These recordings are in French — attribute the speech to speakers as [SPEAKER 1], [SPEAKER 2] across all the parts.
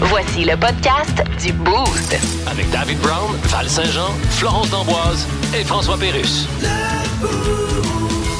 [SPEAKER 1] Voici le podcast du Boost.
[SPEAKER 2] Avec David Brown, Val Saint-Jean, Florence D'Amboise et François Pérus.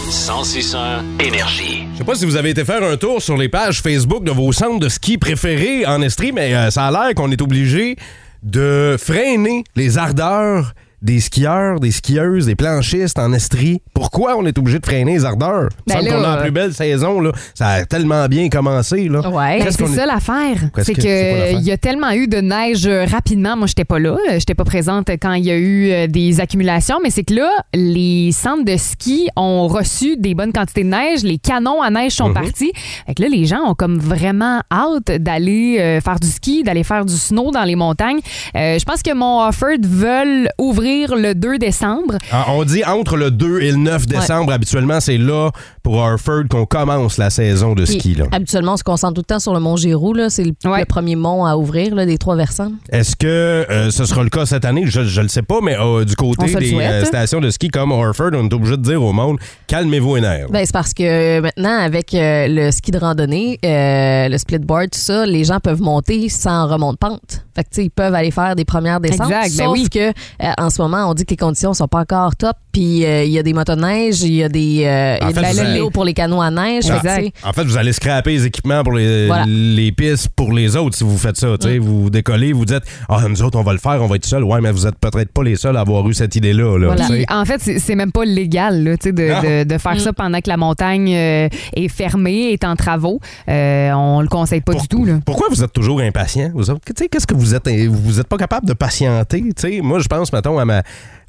[SPEAKER 2] 1061 Énergie.
[SPEAKER 3] Je sais pas si vous avez été faire un tour sur les pages Facebook de vos centres de ski préférés en Estrie, mais euh, ça a l'air qu'on est obligé de freiner les ardeurs des skieurs, des skieuses, des planchistes en Estrie. Pourquoi on est obligé de freiner les ardeurs?
[SPEAKER 4] Ben
[SPEAKER 3] semble
[SPEAKER 4] là,
[SPEAKER 3] qu'on a la
[SPEAKER 4] euh,
[SPEAKER 3] plus belle saison, là. ça a tellement bien commencé. Là.
[SPEAKER 4] Ouais,
[SPEAKER 3] Qu'est-ce
[SPEAKER 4] Ben, c'est
[SPEAKER 3] qu'on est-
[SPEAKER 4] ça l'affaire.
[SPEAKER 3] Qu'est-ce
[SPEAKER 4] C'est
[SPEAKER 3] que- c'est quoi
[SPEAKER 4] que
[SPEAKER 3] l'affaire?
[SPEAKER 4] il y a tellement eu de neige euh, rapidement. Moi, j'étais pas là, euh, j'étais pas présente quand il y a eu euh, des accumulations, mais c'est que là, les centres de ski ont reçu des bonnes quantités de neige, les canons à neige
[SPEAKER 3] Mhm.
[SPEAKER 4] sont partis. Fait que là, les gens ont comme vraiment hâte d'aller euh, faire du ski, d'aller faire du snow dans les montagnes. Euh, je pense que Mont-Offord veulent ouvrir le 2 décembre.
[SPEAKER 3] Ah, On dit entre le 2 et le 9 décembre, habituellement, c'est là pour Harford qu'on commence la saison de
[SPEAKER 5] Puis,
[SPEAKER 3] ski. Là.
[SPEAKER 5] Habituellement, on se concentre tout le temps sur le mont Giroux. là. C'est le,
[SPEAKER 4] Ouais.
[SPEAKER 5] le premier mont à ouvrir là, des trois versants.
[SPEAKER 3] Est-ce que euh, ce sera le cas cette année? Je ne le sais pas, mais euh, du
[SPEAKER 4] On
[SPEAKER 3] côté
[SPEAKER 4] se le
[SPEAKER 3] des
[SPEAKER 4] souhaite, hein.
[SPEAKER 3] stations de ski comme Harford, on est obligé de dire au monde calmez-vous les nerfs.
[SPEAKER 5] Ben, c'est parce que maintenant, avec euh, le ski de randonnée, euh, le splitboard, tout ça, les gens peuvent monter sans remonte-pente. Fait que, tu sais, ils peuvent aller faire des premières descentes.
[SPEAKER 4] Exact, ben
[SPEAKER 5] sauf
[SPEAKER 4] oui.
[SPEAKER 5] que, euh, en ce moment, on dit que les conditions sont pas encore top. Puis, euh, il y a des motoneiges, il y a des euh,
[SPEAKER 3] En
[SPEAKER 5] il y a
[SPEAKER 3] fait,
[SPEAKER 5] de la
[SPEAKER 3] vous
[SPEAKER 5] l'eau
[SPEAKER 3] avez-
[SPEAKER 5] pour les canots à neige.
[SPEAKER 3] Ah.
[SPEAKER 5] Fait que, tu sais,
[SPEAKER 3] En fait, vous allez scraper les équipements pour les,
[SPEAKER 5] Voilà.
[SPEAKER 3] les pistes pour les autres si vous faites ça.
[SPEAKER 4] Mm.
[SPEAKER 3] tu sais. Vous décollez, vous dites Ah, nous autres, on va le faire, on va être seuls. Ouais, mais vous êtes peut-être pas les seuls à avoir eu cette idée-là. là,
[SPEAKER 5] Voilà.
[SPEAKER 3] tu sais.
[SPEAKER 4] Puis, en fait, c'est c'est même pas légal là, tu sais,
[SPEAKER 3] Non.
[SPEAKER 4] de, de- de faire ça pendant que la montagne euh, est fermée, est en travaux. Euh, on le conseille pas
[SPEAKER 3] Pour-
[SPEAKER 4] du tout. Là.
[SPEAKER 3] Pourquoi vous êtes toujours impatient, vous autres? Tu sais, Qu'est-ce que vous êtes? euh, Vous êtes pas capable de patienter? tu sais? moi, je pense, mettons, à ma-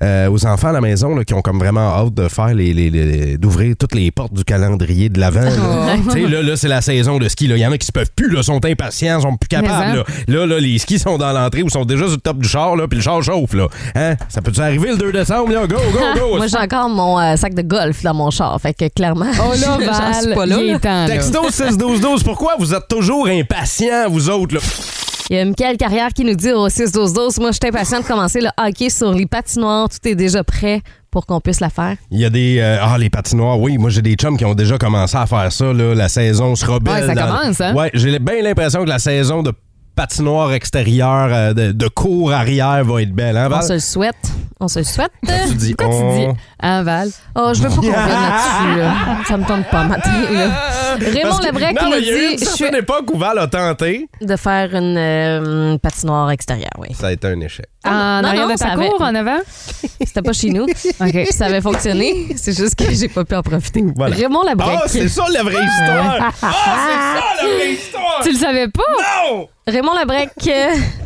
[SPEAKER 3] euh, aux enfants à la maison là, qui ont comme vraiment hâte de faire les, les- les- d'ouvrir toutes les portes du calendrier de l'avant. Là,
[SPEAKER 4] Oh.
[SPEAKER 3] Tu sais, là, là, c'est la saison de ski. là. Il y en a qui se peuvent plus, là, sont impatients, sont plus capables.
[SPEAKER 4] Mais,
[SPEAKER 3] Là.
[SPEAKER 4] hein.
[SPEAKER 3] Là, là, les skis sont dans l'entrée ou sont déjà sur le top du char, là, puis le char chauffe. Là. Hein? Ça peut-tu arriver le 2 décembre? Là? Go, go, go!
[SPEAKER 5] moi, j'ai encore mon euh, sac de golf dans mon char. Fait que, clairement,
[SPEAKER 4] Oh là,
[SPEAKER 5] j'en suis pas
[SPEAKER 4] Val,
[SPEAKER 5] là.
[SPEAKER 4] il est temps. là.
[SPEAKER 3] Texto 6-12-12, pourquoi vous êtes toujours impatients, vous autres? là?
[SPEAKER 5] Il y a Michael Carrière qui nous dit au 6-12-12, moi, je suis impatient de commencer le hockey sur les patinoires. Tout est déjà prêt pour qu'on puisse la faire.
[SPEAKER 3] Il y a des. euh, ah, les patinoires, oui. Moi, j'ai des chums qui ont déjà commencé à faire ça. Là. La saison sera belle.
[SPEAKER 4] ça
[SPEAKER 3] dans-
[SPEAKER 4] commence, hein?
[SPEAKER 3] Ouais, j'ai bien l'impression que la saison de patinoire extérieure, euh, de, de cours arrière va être belle. Hein, Val?
[SPEAKER 5] On se le souhaite. On se le souhaite.
[SPEAKER 3] ben, Tu dis
[SPEAKER 4] Pourquoi tu
[SPEAKER 3] on.
[SPEAKER 4] dis hein, Val?
[SPEAKER 5] Oh, je veux pas qu'on revienne là-dessus, là. Ça me tente pas, matin, là. Raymond
[SPEAKER 3] Parce que-
[SPEAKER 5] Lebret qui
[SPEAKER 3] non, mais il y a eu
[SPEAKER 5] nous
[SPEAKER 3] une
[SPEAKER 5] dit je suis
[SPEAKER 3] certaine époque où Val a tenté.
[SPEAKER 5] de faire une euh, patinoire extérieure, oui.
[SPEAKER 3] Ça a été un échec.
[SPEAKER 4] En
[SPEAKER 5] Ah, non,
[SPEAKER 4] arrière
[SPEAKER 5] non,
[SPEAKER 4] de ta
[SPEAKER 5] ça avait-
[SPEAKER 4] cour, en avant?
[SPEAKER 5] C'était pas chez nous.
[SPEAKER 4] OK.
[SPEAKER 5] Ça avait fonctionné. C'est juste que j'ai pas pu en profiter.
[SPEAKER 3] Voilà.
[SPEAKER 5] Raymond Labrec.
[SPEAKER 3] Ah, c'est ça la vraie histoire! Ah, c'est ça la vraie histoire!
[SPEAKER 4] Tu le savais pas?
[SPEAKER 3] Non!
[SPEAKER 5] Raymond Labrec, euh,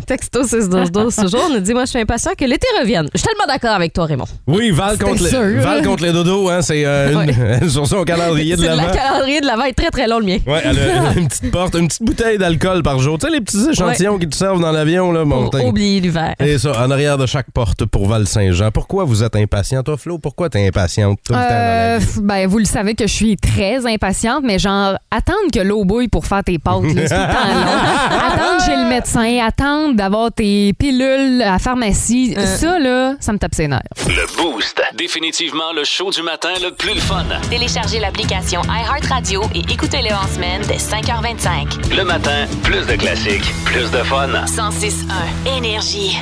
[SPEAKER 5] texto 612 toujours, nous dit Moi, je suis impatient que l'été revienne. Je suis tellement d'accord avec toi, Raymond.
[SPEAKER 3] Oui, Val contre,
[SPEAKER 4] sûr,
[SPEAKER 3] les,
[SPEAKER 4] là.
[SPEAKER 3] Val contre les dodos, hein, c'est euh, une- sur son calendrier
[SPEAKER 5] C'est
[SPEAKER 3] de
[SPEAKER 5] de
[SPEAKER 3] l'avant.
[SPEAKER 5] la calendrier de l'avant est très, très long, le mien.
[SPEAKER 3] Ouais, elle a une petite porte, une petite bouteille d'alcool par jour. Tu sais, les petits échantillons qui te servent dans l'avion, là, mon
[SPEAKER 5] Pour
[SPEAKER 3] teint.
[SPEAKER 5] oublier l'hiver.
[SPEAKER 3] Et ça, en arrière de chaque porte pour Val-Saint-Jean. Pourquoi vous êtes impatient, toi, Flo? Pourquoi t'es impatiente tout le temps dans la
[SPEAKER 4] Euh,
[SPEAKER 3] vie?
[SPEAKER 4] ben, vous le savez que je suis très impatiente, mais genre, attendre que l'eau bouille pour faire tes pâtes, là, c'est tout le temps long. Attendre chez le médecin, attendre d'avoir tes pilules à la pharmacie, ça, là, ça me tape ses nerfs.
[SPEAKER 2] Le Boost. Définitivement le show du matin le plus le fun.
[SPEAKER 1] Téléchargez l'application iHeartRadio et écoutez-le en semaine dès 5h25.
[SPEAKER 2] Le matin, plus de classiques, plus de fun.
[SPEAKER 1] 106.1 Énergie.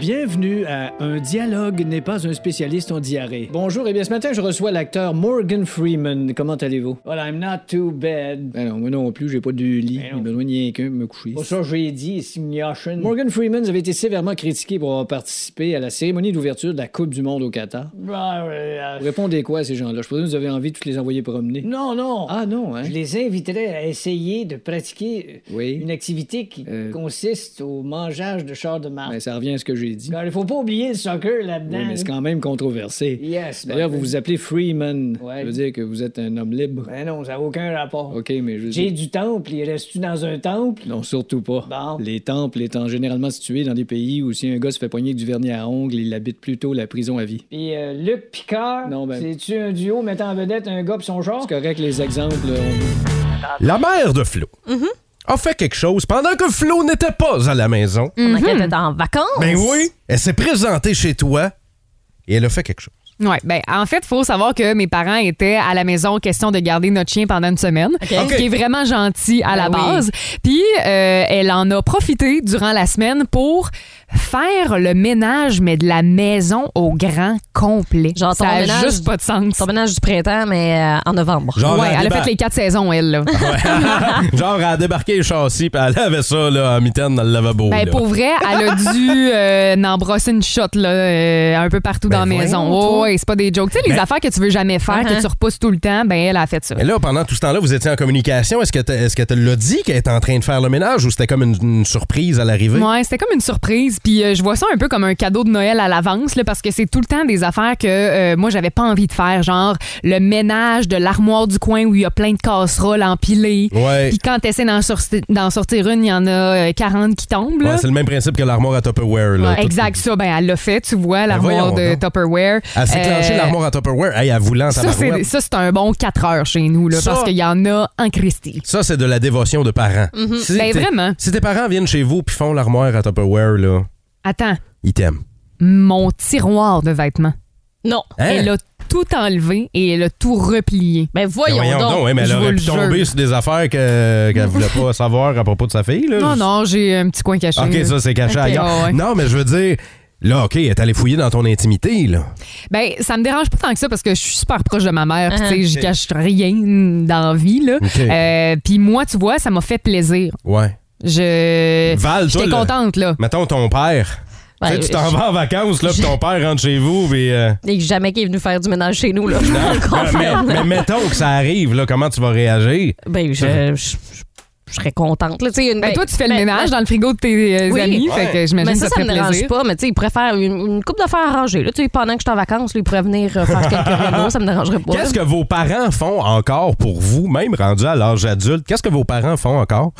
[SPEAKER 6] Bienvenue à Un dialogue n'est pas un spécialiste en diarrhée. Bonjour, et bien ce matin, je reçois l'acteur Morgan Freeman. Comment allez-vous? Well, I'm not too bad. Ben non, moi non plus, j'ai pas de
[SPEAKER 7] Ben
[SPEAKER 6] lit. J'ai besoin de rien qu'un pour me coucher. Pour ça, j'ai dit, Signation. Morgan Freeman avait été sévèrement critiqué pour avoir participé à la cérémonie d'ouverture de la Coupe du Monde au Qatar.
[SPEAKER 7] Euh,
[SPEAKER 6] Vous répondez quoi à ces gens-là? Je présume que vous avez envie de tous les envoyer promener. Non, non. Ah non, hein?
[SPEAKER 7] Je les inviterais à essayer de pratiquer euh,
[SPEAKER 6] Oui.
[SPEAKER 7] une activité qui
[SPEAKER 6] Euh.
[SPEAKER 7] consiste au mangeage de chars de marde.
[SPEAKER 6] Ben, ça revient à ce que j'ai dit.
[SPEAKER 7] Car il faut pas oublier le soccer
[SPEAKER 6] Oui,
[SPEAKER 7] là-dedans.
[SPEAKER 6] mais c'est quand même controversé.
[SPEAKER 7] Yes, ben
[SPEAKER 6] D'ailleurs, vous vous appelez Freeman.
[SPEAKER 7] Ouais.
[SPEAKER 6] Ça veut dire que vous êtes un homme libre.
[SPEAKER 7] Ben non, ça n'a aucun rapport.
[SPEAKER 6] OK, mais je veux
[SPEAKER 7] J'ai
[SPEAKER 6] dire-
[SPEAKER 7] du temple, il reste-tu dans un temple?
[SPEAKER 6] Non, surtout pas.
[SPEAKER 7] Bon.
[SPEAKER 6] Les temples étant généralement situés dans des pays où si un gars se fait poigner avec du vernis à ongles, il habite plutôt la prison à vie.
[SPEAKER 7] Puis euh, Luc Picard,
[SPEAKER 6] Non, ben-
[SPEAKER 7] c'est-tu un duo mettant en vedette un gars pis son genre?
[SPEAKER 6] C'est correct, les exemples. on-
[SPEAKER 3] La mère de Flo
[SPEAKER 4] Mm-hmm.
[SPEAKER 3] a fait quelque chose pendant que Flo n'était pas à la maison.
[SPEAKER 4] Mhm.
[SPEAKER 5] On a qu'à être en vacances.
[SPEAKER 3] Ben oui! Elle s'est présentée chez toi et elle a fait quelque chose.
[SPEAKER 4] Ouais, ben, en fait, il faut savoir que mes parents étaient à la maison question de garder notre chien pendant une semaine,
[SPEAKER 3] OK.
[SPEAKER 4] qui est vraiment gentil à la
[SPEAKER 5] Ben oui.
[SPEAKER 4] base. Puis euh, elle en a profité durant la semaine pour faire le ménage, mais de la maison au grand complet.
[SPEAKER 5] Genre ton
[SPEAKER 4] Ça a
[SPEAKER 5] ménage-
[SPEAKER 4] juste pas de sens.
[SPEAKER 5] Ton ménage du printemps, mais euh, en novembre.
[SPEAKER 3] Genre, Ah,
[SPEAKER 4] ouais, elle a
[SPEAKER 3] débar-
[SPEAKER 4] fait les quatre saisons, elle. là.
[SPEAKER 3] Ouais. Genre, elle a débarqué les châssis, puis elle avait ça là, en mitaine dans le lavabo.
[SPEAKER 4] Ben,
[SPEAKER 3] là.
[SPEAKER 4] pour vrai, elle a dû euh, en brosser une shot là, euh, un peu
[SPEAKER 3] Ben
[SPEAKER 4] partout dans la maison. Oh, ouais, c'est pas des jokes. Tu sais, les affaires que tu veux jamais faire,
[SPEAKER 5] Uh-huh.
[SPEAKER 4] que tu repousses tout le temps, ben elle a fait ça.
[SPEAKER 3] Mais là, pendant tout ce temps-là, vous étiez en communication. Est-ce que t'as- est-ce que tu l'as dit qu'elle était en train de faire le ménage ou c'était comme une, une surprise à l'arrivée?
[SPEAKER 4] Ouais, c'était comme une surprise. Puis euh, je vois ça un peu comme un cadeau de Noël à l'avance, là, parce que c'est tout le temps des affaires que euh, moi, j'avais pas envie de faire. Genre le ménage de l'armoire du coin où il y a plein de casseroles empilées.
[SPEAKER 3] Ouais.
[SPEAKER 4] Puis quand t'essaies d'en sorti- d'en sortir une, il y en a euh, 40 qui tombent. là.
[SPEAKER 3] Ouais, c'est le même principe que l'armoire à Tupperware. Là, Tout-
[SPEAKER 4] exact, ça, ben, elle l'a fait, tu vois, l'armoire
[SPEAKER 3] voyons
[SPEAKER 4] de
[SPEAKER 3] donc.
[SPEAKER 4] Tupperware.
[SPEAKER 3] Elle s'est
[SPEAKER 4] Euh,
[SPEAKER 3] clenchée l'armoire à Tupperware. Hey, elle voulait en
[SPEAKER 4] Ça, c'est
[SPEAKER 3] tabarouette.
[SPEAKER 4] ça, c'est un bon 4 heures chez nous, là,
[SPEAKER 3] Ça-
[SPEAKER 4] parce qu'il y en a en Christie.
[SPEAKER 3] Ça, c'est de la dévotion de parents. si
[SPEAKER 4] Ben,
[SPEAKER 3] tes-
[SPEAKER 4] vraiment.
[SPEAKER 3] Si tes parents viennent chez vous puis font l'armoire à Tupperware, là,
[SPEAKER 4] Attends,
[SPEAKER 3] ils t'aiment.
[SPEAKER 4] mon tiroir de vêtements.
[SPEAKER 5] Non.
[SPEAKER 3] Hein?
[SPEAKER 4] Elle a tout enlevé et elle a tout replié.
[SPEAKER 5] Ben voyons,
[SPEAKER 3] Voyons
[SPEAKER 5] donc.
[SPEAKER 3] donc, hein, mais elle
[SPEAKER 4] je vous
[SPEAKER 3] aurait
[SPEAKER 4] le
[SPEAKER 3] pu tomber
[SPEAKER 4] jure.
[SPEAKER 3] sur des affaires que- qu'elle voulait pas savoir à propos de sa fille. Là.
[SPEAKER 4] Non, non, j'ai un petit coin caché.
[SPEAKER 3] OK,
[SPEAKER 4] là.
[SPEAKER 3] ça, c'est caché
[SPEAKER 4] Ok,
[SPEAKER 3] ailleurs.
[SPEAKER 4] ah ouais.
[SPEAKER 3] Non, mais je veux dire, là, OK, elle est allée fouiller dans ton intimité, là.
[SPEAKER 4] Ben, ça me dérange pas tant que ça parce que je suis super proche de ma mère. puis,
[SPEAKER 5] Ah,
[SPEAKER 4] tu sais, je
[SPEAKER 3] ok.
[SPEAKER 4] cache rien dans la vie, là.
[SPEAKER 3] Ok.
[SPEAKER 4] Euh, Puis moi, tu vois, ça m'a fait plaisir.
[SPEAKER 3] Ouais.
[SPEAKER 4] Je.
[SPEAKER 3] Val, toi,
[SPEAKER 4] J'étais
[SPEAKER 3] là,
[SPEAKER 4] contente, là.
[SPEAKER 3] Mettons ton père. Tu sais,
[SPEAKER 5] Ouais,
[SPEAKER 3] tu t'en
[SPEAKER 5] Ben, je-
[SPEAKER 3] vas en vacances, là, puis ton père rentre chez vous, puis. euh,
[SPEAKER 5] Et jamais qu'il est venu faire du ménage chez nous, là. Je le
[SPEAKER 3] mais-
[SPEAKER 5] confirme.
[SPEAKER 3] mais, mettons que ça arrive, là, comment tu vas réagir?
[SPEAKER 5] Ben, je, je, je- je serais contente. Là, tu sais, une-
[SPEAKER 4] Ben, toi, tu fais le
[SPEAKER 5] ben,
[SPEAKER 4] ménage
[SPEAKER 5] ben,
[SPEAKER 4] dans le frigo de tes euh,
[SPEAKER 5] Oui.
[SPEAKER 4] amis.
[SPEAKER 3] Ouais.
[SPEAKER 4] Fait que j'imagine
[SPEAKER 5] mais
[SPEAKER 4] que
[SPEAKER 5] ça,
[SPEAKER 4] ça,
[SPEAKER 5] ça,
[SPEAKER 4] te fait
[SPEAKER 5] me dérange
[SPEAKER 4] plaisir.
[SPEAKER 5] pas. Mais tu sais, il pourrait faire une, une coupe d'affaires arrangée. Là, tu sais, pendant que je suis en vacances, lui, il pourrait venir euh, faire quelques rénaux. Ça me dérangerait pas.
[SPEAKER 3] Qu'est-ce que vos parents font encore pour vous, même rendu à l'âge adulte? Qu'est-ce que vos parents font encore?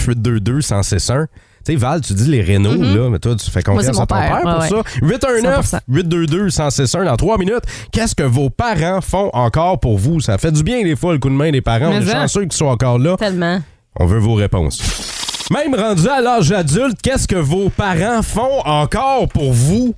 [SPEAKER 3] 819-822-161. Tu sais, Val, tu dis les rénaux, là, mais toi, tu fais
[SPEAKER 5] Mm-hmm. Moi, c'est
[SPEAKER 3] confiance
[SPEAKER 5] mon
[SPEAKER 3] à ton père,
[SPEAKER 5] père. Ouais,
[SPEAKER 3] pour ça. 819-822-161 dans trois minutes. Qu'est-ce que vos parents font encore pour vous? Ça fait du bien, des fois, le coup de main des parents.
[SPEAKER 4] Mais
[SPEAKER 3] On est
[SPEAKER 4] ça.
[SPEAKER 3] chanceux qu'ils soient encore là.
[SPEAKER 5] Tellement.
[SPEAKER 3] On veut vos réponses. Même rendu à l'âge adulte, qu'est-ce que vos parents font encore pour vous?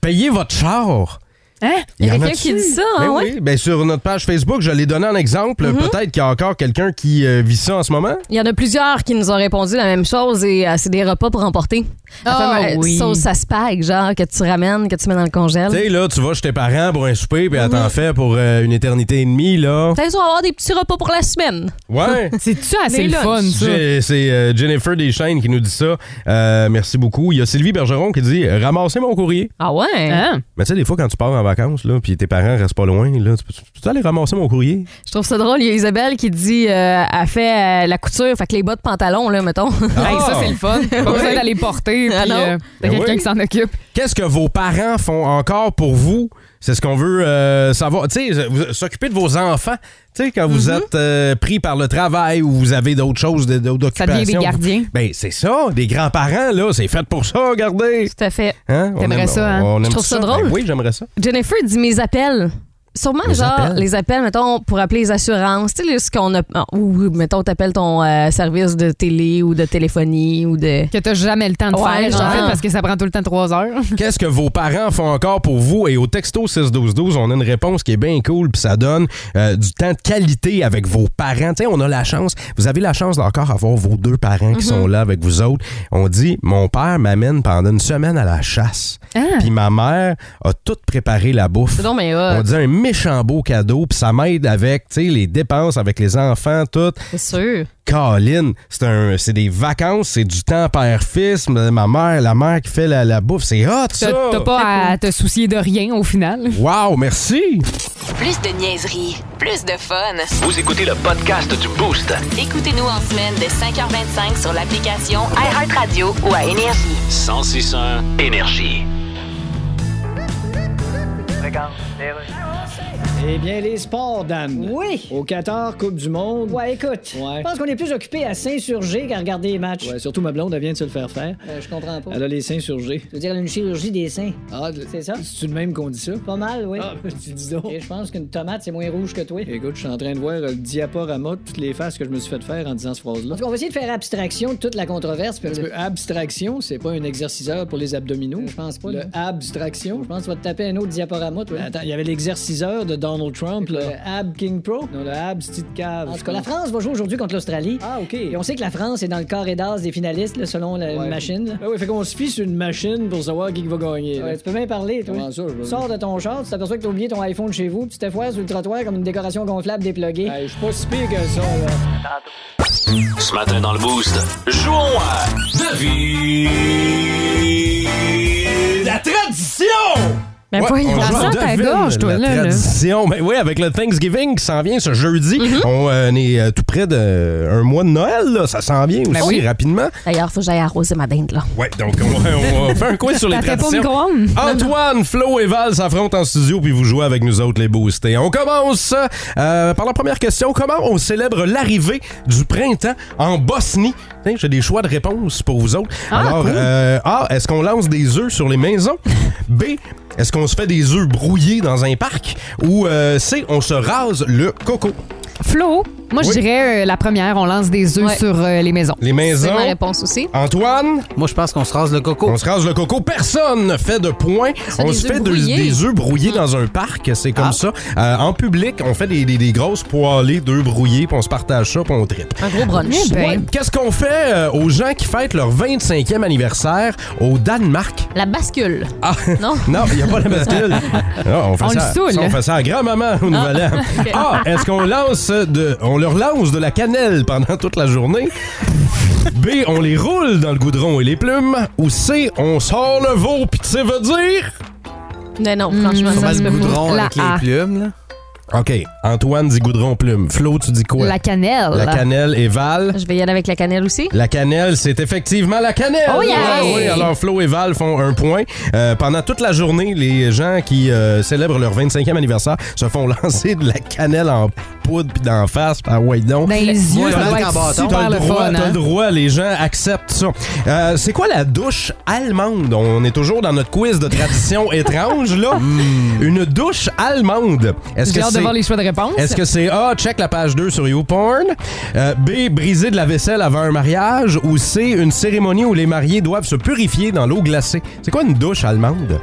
[SPEAKER 3] Payez votre char.
[SPEAKER 4] Hein?
[SPEAKER 5] Il y a
[SPEAKER 3] en
[SPEAKER 5] quelqu'un qui
[SPEAKER 3] a-tu?
[SPEAKER 5] dit ça,
[SPEAKER 3] Ben
[SPEAKER 5] hein, ouais? Mm-hmm.
[SPEAKER 3] oui, ben sur notre page Facebook, je l'ai donné en exemple. Peut-être qu'il y a encore quelqu'un qui euh, vit ça en ce moment.
[SPEAKER 5] Il y en a plusieurs qui nous ont répondu la même chose et euh, c'est des repas pour emporter. La euh,
[SPEAKER 4] Ah,
[SPEAKER 5] fameuse
[SPEAKER 4] oui.
[SPEAKER 5] Sauce à spag, genre, que tu ramènes, que tu mets dans le
[SPEAKER 3] Tu
[SPEAKER 5] congèle.
[SPEAKER 3] sais, là, tu vas chez tes parents pour un souper, puis elle t'en
[SPEAKER 5] Mm-hmm.
[SPEAKER 3] fait pour euh, une éternité et demie, là.
[SPEAKER 5] Peut-être qu'on va avoir des petits repas pour la semaine.
[SPEAKER 3] Ouais.
[SPEAKER 4] C'est-tu assez
[SPEAKER 5] Les
[SPEAKER 4] le
[SPEAKER 5] lunchs.
[SPEAKER 4] fun, ça?
[SPEAKER 3] J'ai- C'est euh, Jennifer Deschaines qui nous dit ça. Euh, merci beaucoup. Il y a Sylvie Bergeron qui dit « Ramassez mon courrier ».
[SPEAKER 5] Ah ouais?
[SPEAKER 4] Hein?
[SPEAKER 3] Mais tu sais, des fois, quand tu pars en vacances, là, puis tes parents restent pas loin, là, tu peux, tu peux aller ramasser mon courrier?
[SPEAKER 5] Je trouve ça drôle. Il y a Isabelle qui dit euh, elle fait euh, la couture, fait que les bas de pantalon, là, mettons.
[SPEAKER 4] Hey, ça, c'est le fun. Pas besoin d'aller porter. Puis,
[SPEAKER 5] Ah non?
[SPEAKER 4] euh, t'as
[SPEAKER 3] Ah. Ben
[SPEAKER 4] quelqu'un
[SPEAKER 3] oui.
[SPEAKER 4] qui s'en occupe.
[SPEAKER 3] Qu'est-ce que vos parents font encore pour vous? C'est ce qu'on veut euh, savoir. Tu sais, vous- s'occuper de vos enfants. Tu sais, quand
[SPEAKER 4] Mhm.
[SPEAKER 3] vous êtes euh, pris par le travail ou vous avez d'autres choses, de- d'autres
[SPEAKER 4] Ça
[SPEAKER 3] occupations.
[SPEAKER 4] devient des gardiens.
[SPEAKER 3] Ben, c'est ça. Des grands-parents, là, c'est fait pour ça, regardez.
[SPEAKER 5] Tout à fait.
[SPEAKER 3] Hein? On
[SPEAKER 4] T'aimerais
[SPEAKER 3] aime-
[SPEAKER 4] ça, hein?
[SPEAKER 3] on aime
[SPEAKER 5] Je trouve
[SPEAKER 3] tout
[SPEAKER 5] ça drôle.
[SPEAKER 3] Ben oui, j'aimerais ça.
[SPEAKER 5] Jennifer dit mes appels. Sûrement,
[SPEAKER 3] Les
[SPEAKER 5] genre,
[SPEAKER 3] appels?
[SPEAKER 5] les appels, mettons, pour appeler les assurances. Tu sais, là, ce qu'on a. ah, Ou, mettons, t'appelles ton euh, service de télé ou de téléphonie ou de.
[SPEAKER 4] Que t'as jamais le temps de
[SPEAKER 5] Ouais,
[SPEAKER 4] faire, en
[SPEAKER 5] genre.
[SPEAKER 4] fait, parce que ça prend tout le temps trois heures.
[SPEAKER 3] Qu'est-ce que vos parents font encore pour vous? Et au texto 61212, on a une réponse qui est bien cool, puis ça donne euh, du temps de qualité avec vos parents. Tu sais, on a la chance, vous avez la chance d'encore avoir vos deux parents qui
[SPEAKER 5] Mhm.
[SPEAKER 3] sont là avec vous autres. On dit, mon père m'amène pendant une semaine à la chasse, puis ma mère a tout préparé la bouffe.
[SPEAKER 5] Ah. C'est donc, mais
[SPEAKER 3] On
[SPEAKER 5] euh,
[SPEAKER 3] dit un méchant beau cadeau, puis ça m'aide avec, tu sais, les dépenses, avec les enfants, tout.
[SPEAKER 5] c'est sûr.
[SPEAKER 3] Caroline, c'est un, c'est des vacances, c'est du temps père-fils. Ma ma mère, la mère qui fait la, la bouffe, c'est hot ça.
[SPEAKER 4] T'as t'as pas à te soucier de rien au final.
[SPEAKER 3] Wow, merci.
[SPEAKER 1] Plus de niaiserie, plus de fun.
[SPEAKER 2] Vous écoutez le podcast du Boost.
[SPEAKER 1] Écoutez-nous en semaine de 5h25 sur l'application iHeartRadio ou à Énergie.
[SPEAKER 2] 1061 Énergie.
[SPEAKER 6] Eh bien, les sports, Dan.
[SPEAKER 7] Oui.
[SPEAKER 6] Au Qatar, Coupe du Monde.
[SPEAKER 7] Ouais, écoute,
[SPEAKER 6] Ouais.
[SPEAKER 7] je pense qu'on est plus occupé à s'insurger qu'à regarder les matchs.
[SPEAKER 6] Ouais, surtout ma blonde, elle vient de se le faire faire.
[SPEAKER 7] Euh, je comprends pas.
[SPEAKER 6] Elle a les seins surgés.
[SPEAKER 7] Tu veux dire une chirurgie des seins?
[SPEAKER 6] Ah, de-
[SPEAKER 7] C'est ça?
[SPEAKER 6] c'est-tu de même qu'on dit ça?
[SPEAKER 7] Pas mal, oui.
[SPEAKER 6] Ah, ben, tu dis donc.
[SPEAKER 7] Et je pense qu'une tomate, c'est moins rouge que toi.
[SPEAKER 6] Écoute, je suis en train de voir euh, le diaporama de toutes les faces que je me suis fait faire en disant cette phrase-là.
[SPEAKER 7] En tout cas, on va essayer de faire abstraction de toute la controverse. puis-
[SPEAKER 6] Parce que abstraction, c'est pas un exerciceur pour les abdominaux.
[SPEAKER 7] Je pense pas.
[SPEAKER 6] Le
[SPEAKER 7] là.
[SPEAKER 6] abstraction.
[SPEAKER 7] Je pense que tu vas te taper un autre diaporama, toi.
[SPEAKER 6] Attends, il y avait l'exerciceur de Donald Trump,
[SPEAKER 7] Le
[SPEAKER 6] là.
[SPEAKER 7] Ab King Pro.
[SPEAKER 6] Non, le abs, petite cave.
[SPEAKER 7] En tout cas, la France va jouer aujourd'hui contre l'Australie.
[SPEAKER 6] Ah, OK.
[SPEAKER 7] Et on sait que la France est dans le corps et d'as des finalistes, là, selon la
[SPEAKER 6] Ouais.
[SPEAKER 7] machine. là.
[SPEAKER 6] Ah oui, fait qu'on se fie sur une machine pour savoir qui va gagner. là.
[SPEAKER 7] Ouais, tu peux bien parler, toi.
[SPEAKER 6] Comment ça, je veux-
[SPEAKER 7] Sors de ton char, tu t'aperçois que t'as oublié ton iPhone chez vous, puis tu te foires sur le trottoir comme une décoration gonflable dépluguée.
[SPEAKER 6] Hey, je suis pas si pire que ça, là.
[SPEAKER 2] Ce matin dans le Boost, jouons à Devine la tradition!
[SPEAKER 5] Ben
[SPEAKER 3] Ouais,
[SPEAKER 5] voyons.
[SPEAKER 3] on
[SPEAKER 4] t'as
[SPEAKER 3] joue
[SPEAKER 4] ça
[SPEAKER 3] à
[SPEAKER 4] dans ta
[SPEAKER 3] devine
[SPEAKER 4] gorge, toi,
[SPEAKER 3] la
[SPEAKER 4] là, là.
[SPEAKER 3] tradition. Ben oui, avec le Thanksgiving qui s'en vient ce jeudi.
[SPEAKER 4] Mm-hmm.
[SPEAKER 3] On euh, est euh, tout près d'un mois de Noël. là. Ça s'en vient aussi
[SPEAKER 4] Ben oui.
[SPEAKER 3] rapidement.
[SPEAKER 5] D'ailleurs, faut que j'aille arroser ma dinde, là.
[SPEAKER 3] Ouais, donc on, va- on va faire un coin sur les
[SPEAKER 4] T'as fait pas au
[SPEAKER 3] traditions.
[SPEAKER 4] micro-ondes?
[SPEAKER 3] Antoine, Flo et Val s'affrontent en studio puis vous jouez avec nous autres les boostés. On commence euh, par la première question. Comment on célèbre l'arrivée du printemps en Bosnie? Tiens, J'ai des choix de réponses pour vous autres.
[SPEAKER 4] Ah,
[SPEAKER 3] Alors,
[SPEAKER 4] cool.
[SPEAKER 3] euh, A, est-ce qu'on lance des œufs sur les maisons? B, est-ce qu'on se fait des œufs brouillés dans un parc? Ou euh, C, on se rase le coco?
[SPEAKER 4] Flo, moi,
[SPEAKER 3] Oui.
[SPEAKER 4] je dirais euh, la première, on lance des œufs
[SPEAKER 5] Ouais.
[SPEAKER 4] sur euh, les maisons.
[SPEAKER 3] Les
[SPEAKER 5] C'est
[SPEAKER 3] maisons.
[SPEAKER 5] ma réponse aussi.
[SPEAKER 3] Antoine,
[SPEAKER 8] Moi, je pense qu'on se rase le coco.
[SPEAKER 3] on se rase le coco. Personne ne fait de points.
[SPEAKER 5] C'est
[SPEAKER 3] On
[SPEAKER 5] des
[SPEAKER 3] se
[SPEAKER 5] œufs
[SPEAKER 3] fait de-
[SPEAKER 5] brouillés. Ah.
[SPEAKER 3] des œufs brouillés dans un parc. C'est comme ça. Euh, en public, on fait des, des- des grosses poêlées d'œufs brouillés, puis on se partage ça, puis on tripe.
[SPEAKER 5] Un gros brunch.
[SPEAKER 4] Eh ben,
[SPEAKER 3] Ouais. Qu'est-ce qu'on fait euh, aux gens qui fêtent leur 25e anniversaire au Danemark?
[SPEAKER 5] La bascule.
[SPEAKER 3] Ah.
[SPEAKER 5] Non?
[SPEAKER 3] Non, il n'y a pas la bascule. Ah, on fait
[SPEAKER 4] On
[SPEAKER 3] ça,
[SPEAKER 4] le saoule.
[SPEAKER 3] ça, on fait ça à grand-maman au Nouvel An. Ah, est-ce qu'on lance de, on leur lance de la cannelle pendant toute la journée? B, on les roule dans le goudron et les plumes. Ou C, on sort le veau pis tu sais veut dire?
[SPEAKER 5] Non, non, franchement,
[SPEAKER 8] On
[SPEAKER 5] ça
[SPEAKER 8] met
[SPEAKER 5] se
[SPEAKER 8] le
[SPEAKER 5] peut pas.
[SPEAKER 8] goudron
[SPEAKER 4] La
[SPEAKER 8] avec
[SPEAKER 4] A.
[SPEAKER 8] les plumes, là.
[SPEAKER 3] OK, Antoine dit goudron plume. Flo, tu dis quoi?
[SPEAKER 4] La cannelle.
[SPEAKER 3] La cannelle et Val?
[SPEAKER 5] Je vais y aller avec la cannelle aussi.
[SPEAKER 3] La cannelle, c'est effectivement la cannelle.
[SPEAKER 4] Oh yeah!
[SPEAKER 3] Ah oui, alors Flo et Val font un point. Euh, pendant toute la journée, les gens qui euh, célèbrent leur 25e anniversaire se font lancer de la cannelle en poudre puis d'en face par Waydon.
[SPEAKER 4] Dans Ben, les
[SPEAKER 8] Moi,
[SPEAKER 4] yeux, ça
[SPEAKER 8] le
[SPEAKER 4] doit
[SPEAKER 8] lac en
[SPEAKER 4] être
[SPEAKER 8] bâton.
[SPEAKER 4] super
[SPEAKER 3] T'as le
[SPEAKER 4] le
[SPEAKER 3] droit,
[SPEAKER 4] fun.
[SPEAKER 3] t'as
[SPEAKER 4] hein?
[SPEAKER 3] le droit, les gens acceptent ça. Euh, c'est quoi la douche allemande? On est toujours dans notre quiz de tradition étrange, là. Une douche allemande. Est-ce
[SPEAKER 4] J'ai
[SPEAKER 3] que
[SPEAKER 4] hâte de
[SPEAKER 3] c'est...
[SPEAKER 4] voir les choix de réponse.
[SPEAKER 3] Est-ce que c'est A, check la page 2 sur YouPorn, euh, B, briser de la vaisselle avant un mariage, ou C, une cérémonie où les mariés doivent se purifier dans l'eau glacée? C'est quoi une douche allemande?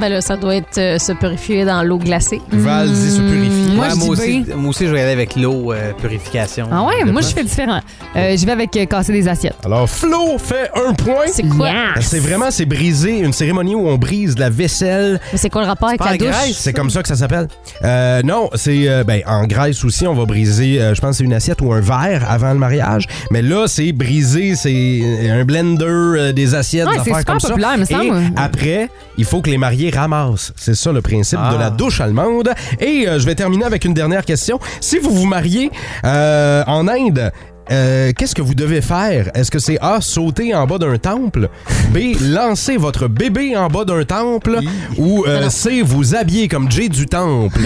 [SPEAKER 5] Ben là, ça doit être euh, se purifier dans l'eau glacée.
[SPEAKER 3] Val dit se purifier.
[SPEAKER 4] Moi,
[SPEAKER 8] Ouais,
[SPEAKER 4] je dis
[SPEAKER 8] aussi,
[SPEAKER 4] B.
[SPEAKER 8] moi aussi, je vais y aller avec l'eau euh, purification.
[SPEAKER 4] Ah ouais, moi je fais différent. Euh, je vais avec euh, casser des assiettes.
[SPEAKER 3] Alors, Flo fait un point. Ben,
[SPEAKER 5] C'est quoi?
[SPEAKER 3] C'est vraiment, c'est briser, une cérémonie où on brise de la vaisselle.
[SPEAKER 5] Mais c'est quoi le rapport avec
[SPEAKER 8] pas
[SPEAKER 5] la
[SPEAKER 8] en
[SPEAKER 5] douche?
[SPEAKER 8] Grèce.
[SPEAKER 3] C'est comme ça que ça s'appelle. Euh, non, c'est euh, ben, en Grèce aussi, on va briser, euh, je pense, c'est une assiette ou un verre avant le mariage. Mais là, c'est briser, c'est euh, un blender, euh, des assiettes,
[SPEAKER 4] Ouais,
[SPEAKER 3] des
[SPEAKER 4] c'est
[SPEAKER 3] affaires
[SPEAKER 4] super
[SPEAKER 3] comme ça.
[SPEAKER 4] populaire, me
[SPEAKER 3] Et
[SPEAKER 4] semble.
[SPEAKER 3] après, il faut que les mariés ramassent. C'est ça le principe
[SPEAKER 8] Ah.
[SPEAKER 3] de la douche allemande. Et euh, je vais terminer avec une dernière question. Si vous vous mariez euh, en Inde, euh, Qu'est-ce que vous devez faire? Est-ce que c'est A, sauter en bas d'un temple? B, lancer votre bébé en bas d'un temple? Ou euh, C, vous habiller comme Jay du temple?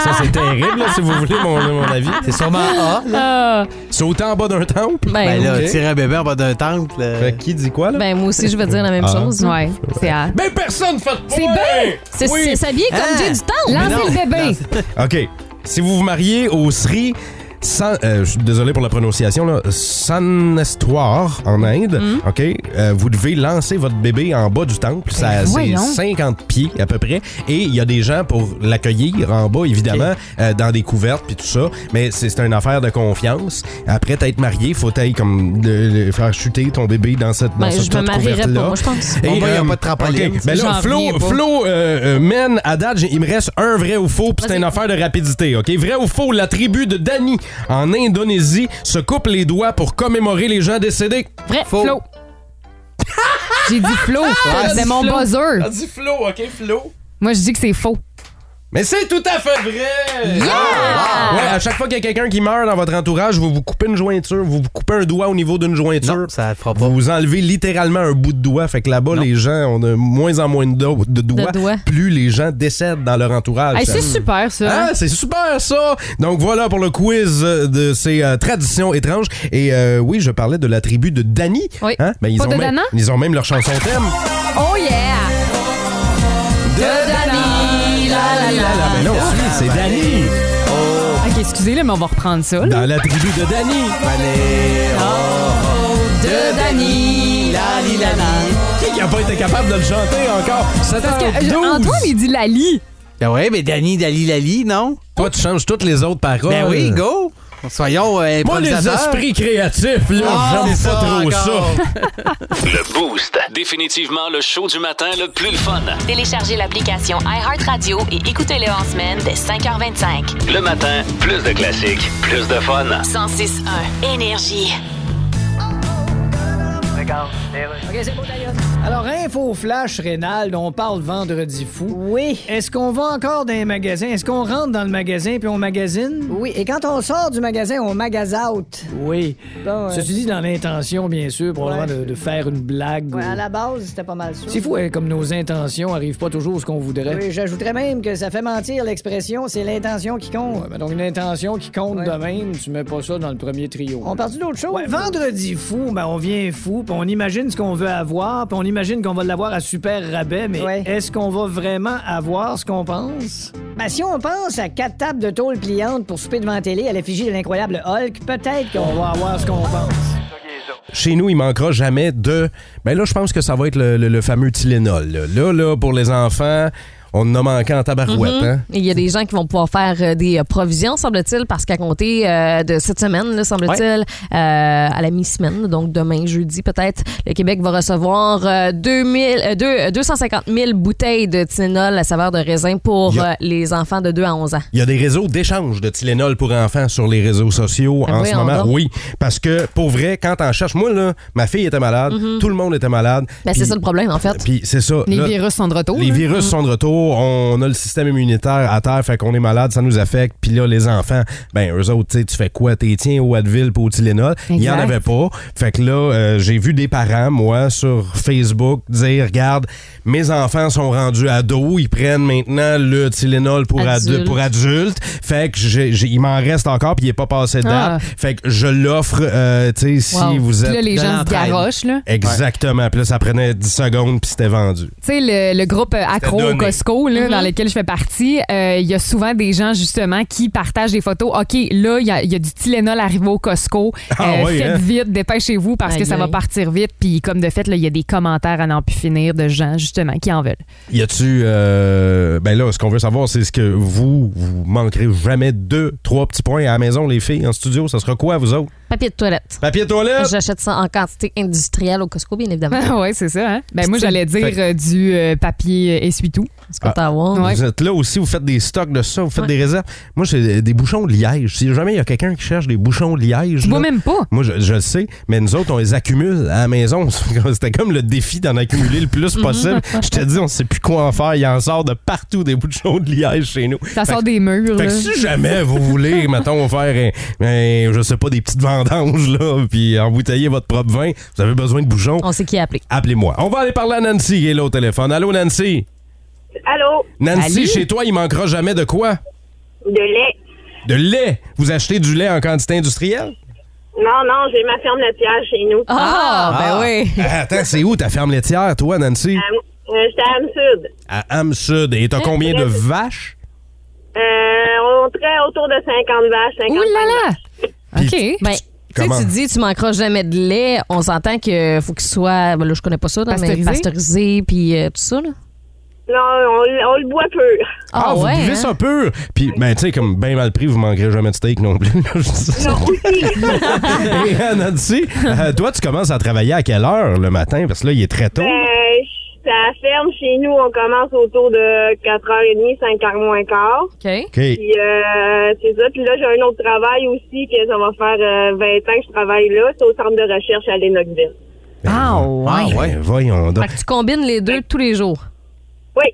[SPEAKER 3] Ça, c'est terrible, là, si vous voulez mon, mon avis.
[SPEAKER 8] C'est sûrement A. là.
[SPEAKER 4] Ah,
[SPEAKER 3] Sauter en bas d'un temple?
[SPEAKER 5] Ben,
[SPEAKER 8] Ben là,
[SPEAKER 3] ok.
[SPEAKER 8] tirer un bébé en bas d'un temple. euh,
[SPEAKER 3] Fait que qui dit quoi, là?
[SPEAKER 5] ben, moi aussi, je vais dire la même
[SPEAKER 3] Ah.
[SPEAKER 5] chose.
[SPEAKER 4] ouais, c'est à.
[SPEAKER 3] Ben, personne fait
[SPEAKER 4] C'est
[SPEAKER 3] bien!
[SPEAKER 5] C'est c'est s'habiller comme
[SPEAKER 8] Ah!
[SPEAKER 5] Jay du temps.
[SPEAKER 8] Mais non.
[SPEAKER 4] Lancez le bébé.
[SPEAKER 3] OK. Si vous vous mariez au Sri San, euh, je suis désolé pour la prononciation, là, Sanestoir en Inde,
[SPEAKER 5] Hmm.
[SPEAKER 3] OK, euh, vous devez lancer votre bébé en bas du temple.
[SPEAKER 5] Ben
[SPEAKER 3] Ça, c'est
[SPEAKER 4] voyons.
[SPEAKER 3] 50 pieds à peu près. Et il y a des gens pour l'accueillir en bas, évidemment, euh, dans des couvertes puis tout ça. Mais c'est c'est une affaire de confiance. Après t'être marié, faut t'aille comme le- le- faire chuter ton bébé dans cette dans
[SPEAKER 5] Ben,
[SPEAKER 3] cette
[SPEAKER 5] je me
[SPEAKER 3] petite
[SPEAKER 5] marierais
[SPEAKER 3] couverte-là.
[SPEAKER 5] pas, moi, je pense.
[SPEAKER 8] Bon, ben, y a
[SPEAKER 3] euh,
[SPEAKER 8] pas de trampoline.
[SPEAKER 3] ok. Ben là,
[SPEAKER 5] J'en
[SPEAKER 3] Flo,
[SPEAKER 5] reviens pas.
[SPEAKER 3] Flo, euh, euh, man, à date, j'ai- il me reste un vrai ou faux, puis c'est une affaire de rapidité, OK? Vrai ou faux, la tribu de Dani en Indonésie se coupe les doigts pour commémorer les gens décédés.
[SPEAKER 5] Vrai.
[SPEAKER 8] Faux.
[SPEAKER 4] Flo.
[SPEAKER 3] Ah,
[SPEAKER 4] J'ai dit Flo. C'est mon buzzer.
[SPEAKER 3] dit Flo, OK, Flo?
[SPEAKER 4] Moi, je dis que c'est faux.
[SPEAKER 3] Mais c'est tout à fait vrai! Ah!
[SPEAKER 4] Yeah!
[SPEAKER 3] Ouais, à chaque fois qu'il y a quelqu'un qui meurt dans votre entourage, vous vous coupez une jointure, vous vous coupez un doigt au niveau d'une jointure.
[SPEAKER 8] Non, ça le fera pas.
[SPEAKER 3] Vous vous enlevez littéralement un bout de doigt. Fait que là-bas, les gens ont de moins en moins de, do- de doigts.
[SPEAKER 5] doigts.
[SPEAKER 3] Plus les gens décèdent dans leur entourage.
[SPEAKER 4] Hey,
[SPEAKER 3] Ça-
[SPEAKER 4] c'est super, ça.
[SPEAKER 3] Ah, c'est super ça! Donc voilà pour le quiz euh, de ces euh, traditions étranges. Et euh, oui, je parlais de la tribu de Dany.
[SPEAKER 4] Oui.
[SPEAKER 3] Hein? Ben, ils,
[SPEAKER 4] Pas
[SPEAKER 3] ont
[SPEAKER 4] de
[SPEAKER 3] même,
[SPEAKER 4] Dana?
[SPEAKER 3] ils ont même leur chanson thème.
[SPEAKER 4] Oh yeah!
[SPEAKER 3] De
[SPEAKER 4] Dany, la, la, la, la.
[SPEAKER 3] Ben non, oui, c'est Dany!
[SPEAKER 4] OK, excusez-le, mais on va reprendre ça. là.
[SPEAKER 3] Dans la tribu de Dany!
[SPEAKER 4] De Dany, la, li, la, la.
[SPEAKER 3] Qui qui a pas été capable de le chanter encore?
[SPEAKER 4] Parce que
[SPEAKER 3] 7h12.
[SPEAKER 4] euh, Antoine, il dit Lali.
[SPEAKER 8] Ben ouais, mais Dani, Dali, Lali, non?
[SPEAKER 3] Toi, tu changes toutes les autres paroles.
[SPEAKER 8] Ben oui, go! Soyons euh,
[SPEAKER 3] Moi, les
[SPEAKER 8] improvisateurs.
[SPEAKER 3] esprits créatifs, là,
[SPEAKER 8] Ah,
[SPEAKER 3] j'aime
[SPEAKER 8] c'est
[SPEAKER 3] pas
[SPEAKER 8] ça,
[SPEAKER 3] trop
[SPEAKER 8] encore.
[SPEAKER 3] ça.
[SPEAKER 2] Le Boost. Définitivement le show du matin le plus le fun.
[SPEAKER 1] Téléchargez l'application iHeartRadio et écoutez-le en semaine dès 5h25.
[SPEAKER 2] Le matin, plus de classiques, plus de fun.
[SPEAKER 1] 106.1 Énergie.
[SPEAKER 6] Alors, info flash rénal, on parle vendredi fou.
[SPEAKER 7] Oui.
[SPEAKER 6] Est-ce qu'on va encore dans les magasins? Est-ce qu'on rentre dans le magasin puis on magasine?
[SPEAKER 7] Oui, et quand on sort du magasin, on magasine out.
[SPEAKER 6] Oui.
[SPEAKER 7] Bon, euh,
[SPEAKER 6] Ceci dit, dans l'intention, bien sûr, probablement
[SPEAKER 7] Ouais.
[SPEAKER 6] de, de faire une blague. ou-
[SPEAKER 7] ouais, à la base, c'était pas mal ça.
[SPEAKER 6] C'est fou, hein, comme nos intentions arrivent pas toujours ce qu'on voudrait.
[SPEAKER 7] Oui, j'ajouterais même que ça fait mentir l'expression, c'est l'intention qui compte.
[SPEAKER 6] Ouais, mais donc, une intention qui compte
[SPEAKER 7] Ouais.
[SPEAKER 6] de même, tu mets pas ça dans le premier trio.
[SPEAKER 7] On parle d'autre chose?
[SPEAKER 6] Ouais, vendredi fou, ben on vient fou, puis on imagine ce qu'on veut avoir, puis on imagine qu'on va l'avoir à super rabais, mais
[SPEAKER 7] Ouais.
[SPEAKER 6] est-ce qu'on va vraiment avoir ce qu'on pense?
[SPEAKER 7] Ben, si on pense à quatre tables de tôle pliantes pour souper devant la télé à l'effigie de l'incroyable Hulk, peut-être qu'on
[SPEAKER 6] On va avoir ce qu'on pense.
[SPEAKER 3] Chez nous, il manquera jamais de... Ben là, je pense que ça va être le, le- le fameux Tylenol. Là. là, là, pour les enfants, on en a manqué en tabarouette, hein?
[SPEAKER 5] Et Hum. Il y a des gens qui vont pouvoir faire euh, des euh, provisions, semble-t-il, parce qu'à compter euh, de cette semaine, là, semble-t-il, euh, à la mi-semaine, donc demain, jeudi peut-être, le Québec va recevoir euh, 2000, euh, deux- euh, 250 000 bouteilles de Tylenol à saveur de raisin pour
[SPEAKER 3] Yeah.
[SPEAKER 5] euh, les enfants de 2 à 11 ans.
[SPEAKER 3] Il y a des réseaux d'échange de Tylenol pour enfants sur les réseaux sociaux
[SPEAKER 5] Ah,
[SPEAKER 3] en ce
[SPEAKER 5] voyons
[SPEAKER 3] moment.
[SPEAKER 5] donc.
[SPEAKER 3] Oui, parce que pour vrai, quand t'en cherches, moi là, ma fille était malade, tout le monde était malade.
[SPEAKER 5] Mm-hmm. Ben, c'est
[SPEAKER 3] Puis-
[SPEAKER 5] ça le problème, en fait.
[SPEAKER 3] Puis c'est ça.
[SPEAKER 4] Les
[SPEAKER 3] là,
[SPEAKER 4] virus sont de retour.
[SPEAKER 3] les
[SPEAKER 4] là. Mm.
[SPEAKER 3] virus sont de retour, on a le système immunitaire à terre, fait qu'on est malade, ça nous affecte. Puis là, les enfants, ben eux autres, tu sais, tu fais quoi? T'es tiens au Advil pour au Tylenol. Il n'y en
[SPEAKER 4] Exact.
[SPEAKER 3] avait pas. Fait que là, euh, j'ai vu des parents, moi, sur Facebook, dire, regarde, mes enfants sont rendus ados, ils prennent maintenant le Tylenol pour,
[SPEAKER 5] Adulte.
[SPEAKER 3] adu- pour adultes. Fait que j'ai- j'ai- il m'en reste encore, puis il n'est pas passé de date.
[SPEAKER 4] Ah.
[SPEAKER 3] Fait que je l'offre, euh, tu sais, si
[SPEAKER 5] Wow.
[SPEAKER 3] vous
[SPEAKER 4] Puis là,
[SPEAKER 3] êtes...
[SPEAKER 4] les
[SPEAKER 8] de
[SPEAKER 4] gens se
[SPEAKER 8] l'entraide.
[SPEAKER 4] garochent, là.
[SPEAKER 3] Exactement. Puis là, ça prenait 10 secondes, puis c'était vendu.
[SPEAKER 4] Tu sais, le, le groupe euh, accro au
[SPEAKER 3] donné.
[SPEAKER 4] Costco, là, dans lequel je fais partie, euh, il y a souvent des gens, justement, qui partagent des photos. OK, là, il y a, il y a du Tylenol arrivé au Costco. Euh,
[SPEAKER 3] Ah oui,
[SPEAKER 4] faites
[SPEAKER 3] hein?
[SPEAKER 4] vite, dépêchez-vous parce que
[SPEAKER 5] Aïe,
[SPEAKER 4] ça va
[SPEAKER 5] aïe.
[SPEAKER 4] partir vite. Puis, comme de fait, là, il y a des commentaires à n'en plus finir de gens, justement, qui en veulent.
[SPEAKER 3] Y a-tu. euh, ben là, ce qu'on veut savoir, c'est ce que vous, vous manquerez jamais deux, trois petits points à la maison, les filles, en studio. Ça sera quoi, vous autres?
[SPEAKER 5] Papier de toilette.
[SPEAKER 3] Papier toilette?
[SPEAKER 4] Ah,
[SPEAKER 5] J'achète ça en quantité industrielle au Costco, bien évidemment.
[SPEAKER 4] oui, c'est ça. Hein? Ben, moi,
[SPEAKER 5] C'est-
[SPEAKER 4] j'allais dire
[SPEAKER 3] Fait-
[SPEAKER 4] euh, du euh, papier euh, essuie-tout.
[SPEAKER 5] Parce qu'Ottawa,
[SPEAKER 4] Ouais.
[SPEAKER 3] Vous êtes là aussi, vous faites des stocks de ça, vous faites
[SPEAKER 5] Ouais.
[SPEAKER 3] des réserves. Moi, j'ai des bouchons de liège. Si jamais il y a quelqu'un qui cherche des bouchons de liège.
[SPEAKER 4] Je vois
[SPEAKER 3] là,
[SPEAKER 4] même pas.
[SPEAKER 3] Moi, je, je le sais, mais nous autres, on les accumule à la maison. C'était comme le défi d'en accumuler le plus possible. Je te dis, on sait plus quoi en faire. Il en sort de partout des bouchons de liège chez nous.
[SPEAKER 4] Ça
[SPEAKER 3] Fait
[SPEAKER 4] sort des murs.
[SPEAKER 3] Fait que
[SPEAKER 4] là.
[SPEAKER 3] si jamais vous voulez, mettons, faire, un, un- je sais pas, des petites vendanges, là, puis embouteiller votre propre vin, vous avez besoin de bouchons,
[SPEAKER 5] on sait qui appeler.
[SPEAKER 3] appelez-moi. On va aller parler à Nancy qui est là au téléphone. Allô, Nancy?
[SPEAKER 9] Allô,
[SPEAKER 3] Nancy,
[SPEAKER 4] Salut.
[SPEAKER 3] chez toi, il manquera jamais de quoi?
[SPEAKER 9] de lait.
[SPEAKER 3] De lait. Vous achetez du lait en quantité industrielle?
[SPEAKER 9] Non, non, j'ai ma ferme laitière chez nous.
[SPEAKER 5] Ah, ben oui.
[SPEAKER 3] Ah, Attends, c'est où ta ferme laitière, toi, Nancy?
[SPEAKER 9] Euh, euh, J'étais à Amsud.
[SPEAKER 3] À Ham-Sud. Et t'as combien de vaches?
[SPEAKER 9] Euh, on serait autour de 50 vaches, 50
[SPEAKER 4] Ouh là là!
[SPEAKER 3] Puis-
[SPEAKER 4] OK.
[SPEAKER 5] Ben, tu sais,
[SPEAKER 3] Comment?
[SPEAKER 5] tu dis, tu manqueras jamais de lait. On s'entend que faut qu'il soit, ben là, je connais pas ça, là, mais
[SPEAKER 4] Pasteurisé?
[SPEAKER 5] pasteurisé, puis euh, tout ça, là.
[SPEAKER 9] Non, on, on le boit peu.
[SPEAKER 3] Ah, vous buvez
[SPEAKER 5] hein?
[SPEAKER 3] ça peu! Puis, ben, tu sais, comme bien mal pris, vous manquerez jamais de steak non plus. là, je dis ça.
[SPEAKER 4] Ah,
[SPEAKER 9] euh,
[SPEAKER 3] Et euh, Nancy, euh, toi, tu commences à travailler à quelle heure le matin? Parce que là, il est très tôt.
[SPEAKER 9] Euh, ça ferme chez nous, on commence autour de 4h30, 5h moins quart.
[SPEAKER 5] OK.
[SPEAKER 3] OK.
[SPEAKER 4] Ben,
[SPEAKER 9] Puis euh, c'est ça. Puis là, j'ai un autre travail aussi que ça va faire euh, 20 ans que je travaille là. C'est au centre de recherche à Lennoxville.
[SPEAKER 4] Ah
[SPEAKER 3] Ah
[SPEAKER 4] ouais.
[SPEAKER 3] ouais, voyons donc.
[SPEAKER 5] Fait que tu combines les deux tous les jours.
[SPEAKER 9] Oui.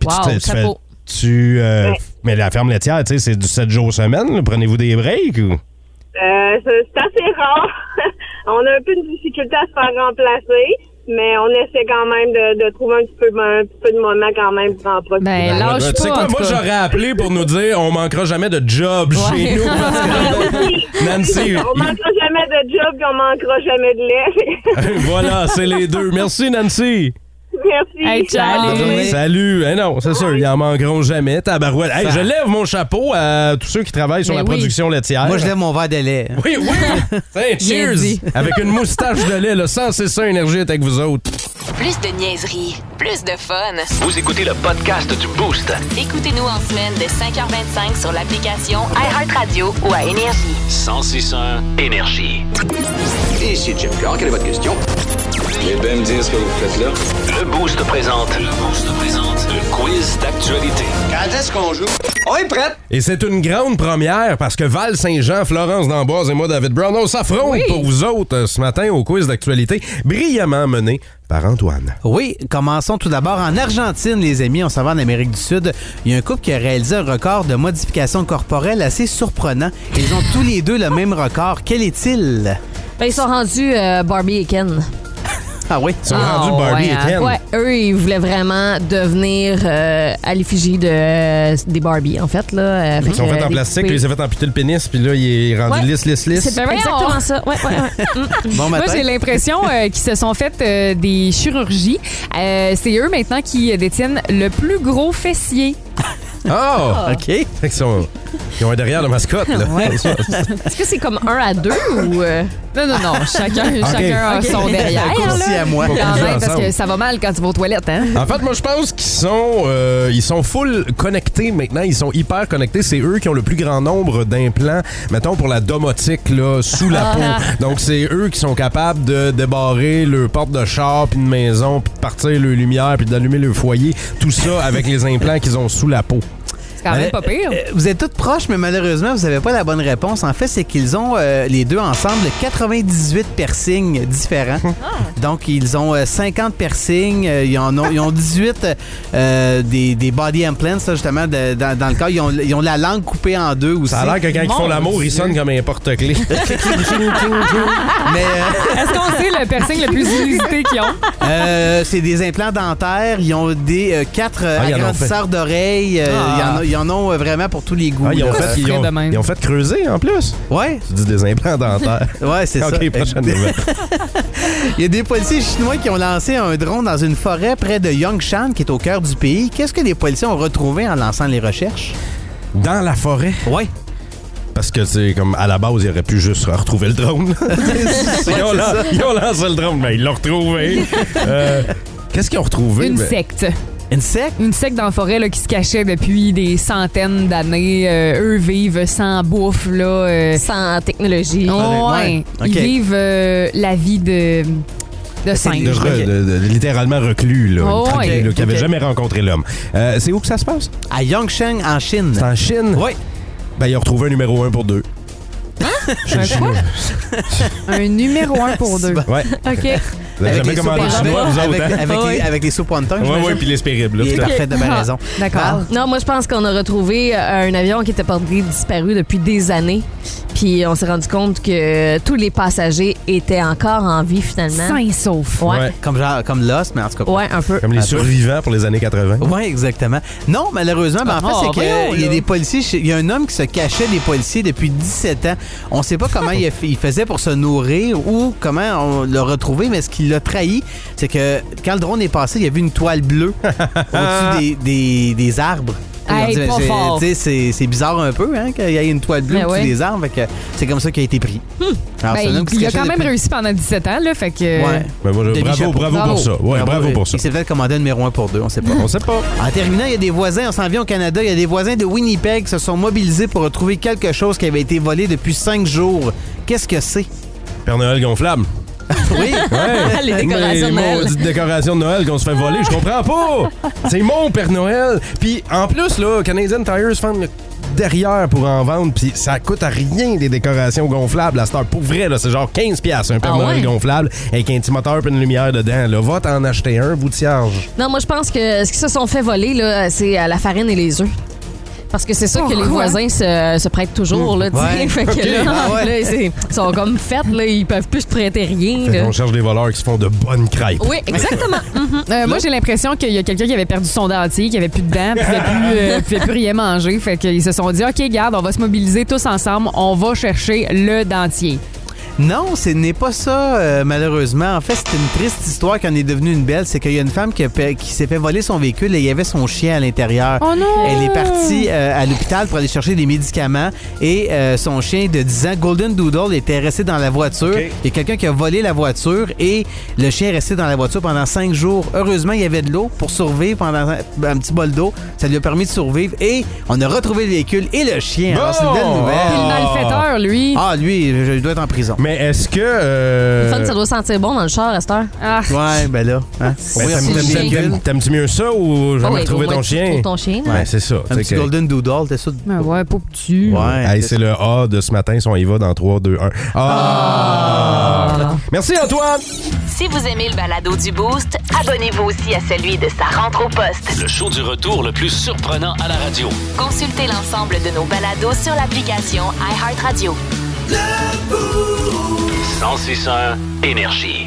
[SPEAKER 3] Puis tu,
[SPEAKER 5] Wow,
[SPEAKER 3] te- tu fais,
[SPEAKER 5] chapeau.
[SPEAKER 3] Tu. euh,
[SPEAKER 9] Ouais.
[SPEAKER 3] Mais la ferme laitière, tu sais, c'est du 7 jours semaine. là. Prenez-vous des breaks ou.
[SPEAKER 9] Euh, c'est c'est assez rare. on a un peu de difficulté à se faire remplacer, mais on essaie quand même de, de trouver un petit peu, ben, un petit peu de moment quand même pour en profiter.
[SPEAKER 4] Ben, lâche
[SPEAKER 3] tu sais
[SPEAKER 4] pas,
[SPEAKER 3] quoi,
[SPEAKER 4] en tout
[SPEAKER 3] moi
[SPEAKER 4] cas.
[SPEAKER 3] j'aurais appelé pour nous dire on manquera jamais de job chez nous. parce que- Nancy,
[SPEAKER 9] on manquera jamais de job et on manquera jamais de lait.
[SPEAKER 3] voilà, c'est les deux. Merci Nancy.
[SPEAKER 9] Merci.
[SPEAKER 4] Hey, ciao.
[SPEAKER 8] Oui.
[SPEAKER 3] Salut. Eh non, c'est sûr, ils en manqueront jamais. Tabarouette. Hey,
[SPEAKER 8] Ça-
[SPEAKER 3] je lève mon chapeau à tous ceux qui travaillent sur
[SPEAKER 4] Ben
[SPEAKER 3] la
[SPEAKER 4] oui.
[SPEAKER 3] production laitière.
[SPEAKER 8] Moi, je lève mon verre de lait. hein.
[SPEAKER 3] Oui, oui. Tiens, cheers.
[SPEAKER 4] dit.
[SPEAKER 3] Avec une moustache de lait, le sens c'est ça énergie est avec vous autres.
[SPEAKER 1] Plus de niaiserie, plus de fun.
[SPEAKER 2] Vous écoutez le podcast du Boost.
[SPEAKER 1] Écoutez-nous en semaine de 5h25 sur l'application iHeartRadio ou à Énergie.
[SPEAKER 2] 1061 Énergie.
[SPEAKER 10] Ici Jim Carr, quelle est votre question? Vous bien me dire ce que vous faites là?
[SPEAKER 2] Le Boost présente. Le Boost présente. Le quiz d'actualité.
[SPEAKER 10] Quand est-ce qu'on joue? On est prêt!
[SPEAKER 3] Et c'est une grande première parce que Val Saint-Jean, Florence D'Amboise et moi, David Brown, on s'affronte pour vous autres euh, ce matin au quiz d'actualité, brillamment mené par Antoine.
[SPEAKER 8] Oui, commençons tout d'abord en Argentine, les amis. On s'en va en Amérique du Sud. Il y a un couple qui a réalisé un record de modification corporelle assez surprenant. Ils ont tous les deux le même record. Quel est-il?
[SPEAKER 5] Ben, ils sont rendus euh, Barbie et Ken.
[SPEAKER 8] Ah oui.
[SPEAKER 3] Ils sont
[SPEAKER 5] Ah,
[SPEAKER 3] rendus Barbie
[SPEAKER 5] ouais,
[SPEAKER 3] et
[SPEAKER 5] hein.
[SPEAKER 3] Ken.
[SPEAKER 5] Ouais, eux, ils voulaient vraiment devenir euh, à l'effigie de, euh, des Barbie, en fait. Là. Euh,
[SPEAKER 3] Ils sont
[SPEAKER 5] que,
[SPEAKER 3] faits
[SPEAKER 5] euh,
[SPEAKER 3] en
[SPEAKER 5] des
[SPEAKER 3] plastique,
[SPEAKER 5] poupées.
[SPEAKER 3] ils ont fait amputer le pénis, puis là, il est rendu
[SPEAKER 5] Ouais.
[SPEAKER 3] lisse, lisse, lisse.
[SPEAKER 5] C'est
[SPEAKER 4] Ben voyons.
[SPEAKER 5] exactement ça. Ouais, ouais, ouais.
[SPEAKER 8] Bon
[SPEAKER 4] Moi,
[SPEAKER 8] matin.
[SPEAKER 4] j'ai l'impression euh, qu'ils se sont fait euh, des chirurgies. Euh, c'est eux maintenant qui détiennent le plus gros fessier.
[SPEAKER 3] Oh!
[SPEAKER 8] OK.
[SPEAKER 3] Fait qu'ils sont- Ils ont un derrière de mascotte, là.
[SPEAKER 5] Est-ce que c'est comme un à deux ou. euh,
[SPEAKER 4] Non, non, non. Chacun, chacun a
[SPEAKER 5] Ok.
[SPEAKER 4] son derrière.
[SPEAKER 8] Raccourci
[SPEAKER 4] là.
[SPEAKER 8] à moi.
[SPEAKER 4] Quand
[SPEAKER 3] Pas
[SPEAKER 4] même,
[SPEAKER 3] plus
[SPEAKER 4] parce
[SPEAKER 3] ensemble.
[SPEAKER 4] que ça va mal quand tu vas aux toilettes, hein?
[SPEAKER 3] En fait, moi, je pense qu'ils sont, euh, ils sont full connectés maintenant. Ils sont hyper connectés. C'est eux qui ont le plus grand nombre d'implants, mettons, pour la domotique, là, sous la
[SPEAKER 8] Ah.
[SPEAKER 3] peau. Donc, c'est eux qui sont capables de débarrer le porte de char, puis de maison, puis de partir le lumière, puis d'allumer le foyer. Tout ça avec les implants qu'ils ont sous la peau.
[SPEAKER 4] C'est quand même pas pire.
[SPEAKER 8] Euh, Vous êtes toutes proches, mais malheureusement, vous n'avez pas la bonne réponse. En fait, c'est qu'ils ont, euh, les deux ensemble, 98 piercings différents. Donc, ils ont euh, 50 piercings. euh, ils, en ont, ils ont 18 euh, euh, des, des body implants, là, justement, de- dans, dans le corps. Ils ont, ils ont la langue coupée en deux aussi.
[SPEAKER 3] Ça a l'air que quand ils font
[SPEAKER 8] Mon
[SPEAKER 3] l'amour, ils
[SPEAKER 8] Dieu.
[SPEAKER 3] sonnent comme un porte-clés.
[SPEAKER 8] Mais euh,
[SPEAKER 4] Est-ce qu'on sait le piercing le plus inusité qu'ils ont?
[SPEAKER 8] euh, c'est des implants dentaires. Ils ont des euh, quatre euh,
[SPEAKER 3] Ah, ils en ont
[SPEAKER 8] agrandisseurs d'oreilles. euh,
[SPEAKER 4] Ah.
[SPEAKER 8] ils, en ont- ils en ont euh, vraiment pour tous les goûts.
[SPEAKER 3] Ah, ils, ont
[SPEAKER 8] là.
[SPEAKER 3] fait,
[SPEAKER 4] tu
[SPEAKER 3] ils
[SPEAKER 4] ferais
[SPEAKER 3] ont-
[SPEAKER 4] de même?
[SPEAKER 3] ils ont fait creuser, en plus.
[SPEAKER 8] Ouais,
[SPEAKER 3] Tu dis des implants dentaires.
[SPEAKER 8] ouais, c'est ça.
[SPEAKER 3] OK, prochaine nouvelle.
[SPEAKER 8] Il y a des policiers chinois qui ont lancé un drone dans une forêt près de Yongshan, qui est au cœur du pays. Qu'est-ce que les policiers ont retrouvé
[SPEAKER 4] Euh,
[SPEAKER 8] en lançant les recherches?
[SPEAKER 3] Dans la forêt.
[SPEAKER 8] Oui.
[SPEAKER 3] Parce que, c'est comme à la base, ils auraient pu juste retrouver le drone. ils, ont lan- ils ont lancé le drone, mais ils l'ont retrouvé. Euh, Qu'est-ce qu'ils ont retrouvé?
[SPEAKER 4] Une
[SPEAKER 3] Ben,
[SPEAKER 4] secte.
[SPEAKER 8] Insectes?
[SPEAKER 4] Une secte dans la forêt là, qui se cachait depuis des centaines d'années. Euh, eux vivent sans bouffe. Là, euh,
[SPEAKER 5] sans technologie.
[SPEAKER 8] Ah.
[SPEAKER 4] ouais.
[SPEAKER 8] ouais.
[SPEAKER 4] Ils
[SPEAKER 8] Ok.
[SPEAKER 4] vivent euh, la vie de, de singe.
[SPEAKER 3] de re- de- de- littéralement reclus, là,
[SPEAKER 4] Oh,
[SPEAKER 3] une traque,
[SPEAKER 4] ouais.
[SPEAKER 3] là, qui n'avait
[SPEAKER 8] Ok.
[SPEAKER 3] jamais rencontré l'homme. Euh, c'est où que ça se passe?
[SPEAKER 8] À Yongshan, en Chine.
[SPEAKER 3] C'est en Chine?
[SPEAKER 8] Oui.
[SPEAKER 3] Ben, ils ont retrouvé un numéro 1 pour deux.
[SPEAKER 8] Hein?
[SPEAKER 3] Chez le
[SPEAKER 4] Un
[SPEAKER 3] Chinois.
[SPEAKER 4] Un numéro un pour deux.
[SPEAKER 8] C'est
[SPEAKER 3] Ouais.
[SPEAKER 4] OK.
[SPEAKER 3] Vous avez jamais
[SPEAKER 8] les
[SPEAKER 3] commandé
[SPEAKER 8] soupes-
[SPEAKER 3] chinois, vous
[SPEAKER 8] avec,
[SPEAKER 3] autres, hein?
[SPEAKER 8] avec les, avec les soupes wonton,
[SPEAKER 3] Oui,
[SPEAKER 8] j'imagine.
[SPEAKER 3] oui, puis les spéribles. là,
[SPEAKER 8] Il est
[SPEAKER 3] tout à fait.
[SPEAKER 8] parfait de belle
[SPEAKER 4] Ah,
[SPEAKER 8] raison.
[SPEAKER 4] D'accord.
[SPEAKER 5] Non, moi, je pense qu'on a retrouvé euh, un avion qui était porté disparu depuis des années. Puis on s'est rendu compte que tous les passagers étaient encore en vie, finalement.
[SPEAKER 4] Sain et sauf.
[SPEAKER 5] Ouais.
[SPEAKER 3] Ouais.
[SPEAKER 8] Comme, genre, comme Lost, mais en tout cas.
[SPEAKER 5] Ouais, un peu.
[SPEAKER 3] Comme les survivants pour les années 80.
[SPEAKER 8] Oui, exactement. Non, malheureusement, ben, en fait,
[SPEAKER 4] Ah,
[SPEAKER 8] c'est
[SPEAKER 4] voyons,
[SPEAKER 8] qu'il y a
[SPEAKER 4] là.
[SPEAKER 8] des policiers. chez- Il y a un homme qui se cachait des policiers depuis 17 ans. On ne sait pas comment il, a fait- il faisait pour se nourrir ou comment on l'a retrouvé, mais ce qui l'a trahi, c'est que quand le drone est passé, il y avait une toile bleue au-dessus des, des- des arbres.
[SPEAKER 4] Hey,
[SPEAKER 8] Ils ont dit,
[SPEAKER 4] pas
[SPEAKER 8] c'est-
[SPEAKER 4] fort.
[SPEAKER 8] tu sais, c'est c'est bizarre un peu hein, qu'il y ait une toile bleue
[SPEAKER 4] Ben
[SPEAKER 8] au-dessus
[SPEAKER 4] ouais.
[SPEAKER 8] des arbres. fait que C'est comme ça qu'il a été pris. Alors,
[SPEAKER 4] Ben,
[SPEAKER 8] Ah, c'est un homme
[SPEAKER 4] il,
[SPEAKER 8] qui se
[SPEAKER 4] il a
[SPEAKER 8] cachait
[SPEAKER 4] quand même
[SPEAKER 8] depuis-
[SPEAKER 4] réussi pendant 17 ans, là, fait que... euh,
[SPEAKER 8] Ouais.
[SPEAKER 3] Ben, moi, je- bravo,
[SPEAKER 8] Demi-chapeau.
[SPEAKER 3] bravo, pour ça. Ouais, bravo, pour ça.
[SPEAKER 8] Il s'est fait commander numéro 1 pour deux, on sait pas.
[SPEAKER 3] On sait pas.
[SPEAKER 8] En terminant, il y a des voisins, on s'en vient au Canada, il y a des voisins de Winnipeg qui se sont mobilisés pour retrouver quelque chose qui avait été volé depuis cinq jours. Qu'est-ce que c'est?
[SPEAKER 3] Père Noël gonflable.
[SPEAKER 8] Oui.
[SPEAKER 3] Ouais.
[SPEAKER 5] Les décorations de Noël.
[SPEAKER 3] Mes maudites décorations de Noël qu'on se fait voler, je comprends pas. C'est mon Père Noël. Puis en plus, là, Canadian Tires font le derrière pour en vendre, puis ça coûte à rien des décorations gonflables à cette heure. Pour vrai, là, c'est genre 15$ piastres, un Père
[SPEAKER 5] Ah
[SPEAKER 3] Noël
[SPEAKER 5] ouais?
[SPEAKER 3] gonflable avec un petit moteur et une lumière dedans. Là. Va t'en acheter un, boutillage.
[SPEAKER 5] Non, moi, je pense que ce qui se sont fait voler, là, c'est euh, la farine et les œufs. Parce que c'est ça que les
[SPEAKER 4] Pourquoi?
[SPEAKER 5] voisins se, se prêtent toujours. Là, tu sais.
[SPEAKER 8] Ouais.
[SPEAKER 5] Fait que
[SPEAKER 8] Ok.
[SPEAKER 5] là,
[SPEAKER 8] Ah ouais.
[SPEAKER 5] là, ils ils sont comme faites, là, ils peuvent plus se prêter rien.
[SPEAKER 3] Fait
[SPEAKER 5] là.
[SPEAKER 3] qu'on cherche des voleurs qui se font de bonnes crêpes.
[SPEAKER 5] Oui, exactement. Mhm.
[SPEAKER 4] Euh, moi, j'ai l'impression qu'il y a quelqu'un qui avait perdu son dentier, qui avait plus de dents, puis qui avait plus, euh, pouvait plus rien manger. Fait qu'ils se sont dit, OK, garde, on va se mobiliser tous ensemble, on va chercher le dentier.
[SPEAKER 8] Non, ce n'est pas ça, euh, malheureusement. En fait, c'est une triste histoire qui en est devenue une belle. C'est qu'il y a une femme qui, a pe- qui s'est fait voler son véhicule et il y avait son chien à l'intérieur.
[SPEAKER 4] Oh non!
[SPEAKER 8] Ah. Elle est partie euh, à l'hôpital pour aller chercher des médicaments et euh, son chien de 10 ans, Golden Doodle, était resté dans la voiture. Il y a quelqu'un qui a volé la voiture et le chien est resté dans la voiture pendant 5 jours. Heureusement, il y avait de l'eau pour survivre pendant un, un petit bol d'eau. Ça lui a permis de survivre et on a retrouvé le véhicule et le chien. Alors, c'est une belle
[SPEAKER 3] Bon!
[SPEAKER 4] Puis le
[SPEAKER 8] nouvelle.
[SPEAKER 4] malfaiteur, lui.
[SPEAKER 8] Ah, lui, je, je dois être en prison.
[SPEAKER 3] Mais est-ce que.
[SPEAKER 5] Le
[SPEAKER 3] euh,
[SPEAKER 5] fun, ça doit sentir bon dans le char à cette heure.
[SPEAKER 4] Ah,
[SPEAKER 8] Ouais, ben là. Hein?
[SPEAKER 3] ben,
[SPEAKER 8] Oui, on
[SPEAKER 3] t'aimes-
[SPEAKER 5] c'est
[SPEAKER 8] retrouve
[SPEAKER 3] t'aimes-
[SPEAKER 8] le
[SPEAKER 5] chiant.
[SPEAKER 8] véhicule.
[SPEAKER 3] t'aimes- T'aimes-tu mieux ça ou
[SPEAKER 5] Ah
[SPEAKER 3] j'aimerais
[SPEAKER 5] ouais,
[SPEAKER 3] retrouver
[SPEAKER 5] au moins,
[SPEAKER 3] ton
[SPEAKER 5] tu
[SPEAKER 3] chien?
[SPEAKER 5] trouves ton chien, là.
[SPEAKER 3] Ouais, c'est ça.
[SPEAKER 8] Un
[SPEAKER 3] tu sais
[SPEAKER 8] petit
[SPEAKER 3] que-
[SPEAKER 8] Golden Doodle, t'es ça?
[SPEAKER 4] Ah ouais, pauvre petit.
[SPEAKER 8] Ouais.
[SPEAKER 3] Hey, c'est le A de ce matin, si on y va dans 3, 2, 1. Ah! Merci Antoine!
[SPEAKER 1] Si vous aimez le balado du Boost, abonnez-vous aussi à celui de sa rentre au poste.
[SPEAKER 2] Le show du retour le plus surprenant à la radio.
[SPEAKER 1] Consultez l'ensemble de nos balados sur l'application iHeartRadio.
[SPEAKER 2] 1061 Énergie.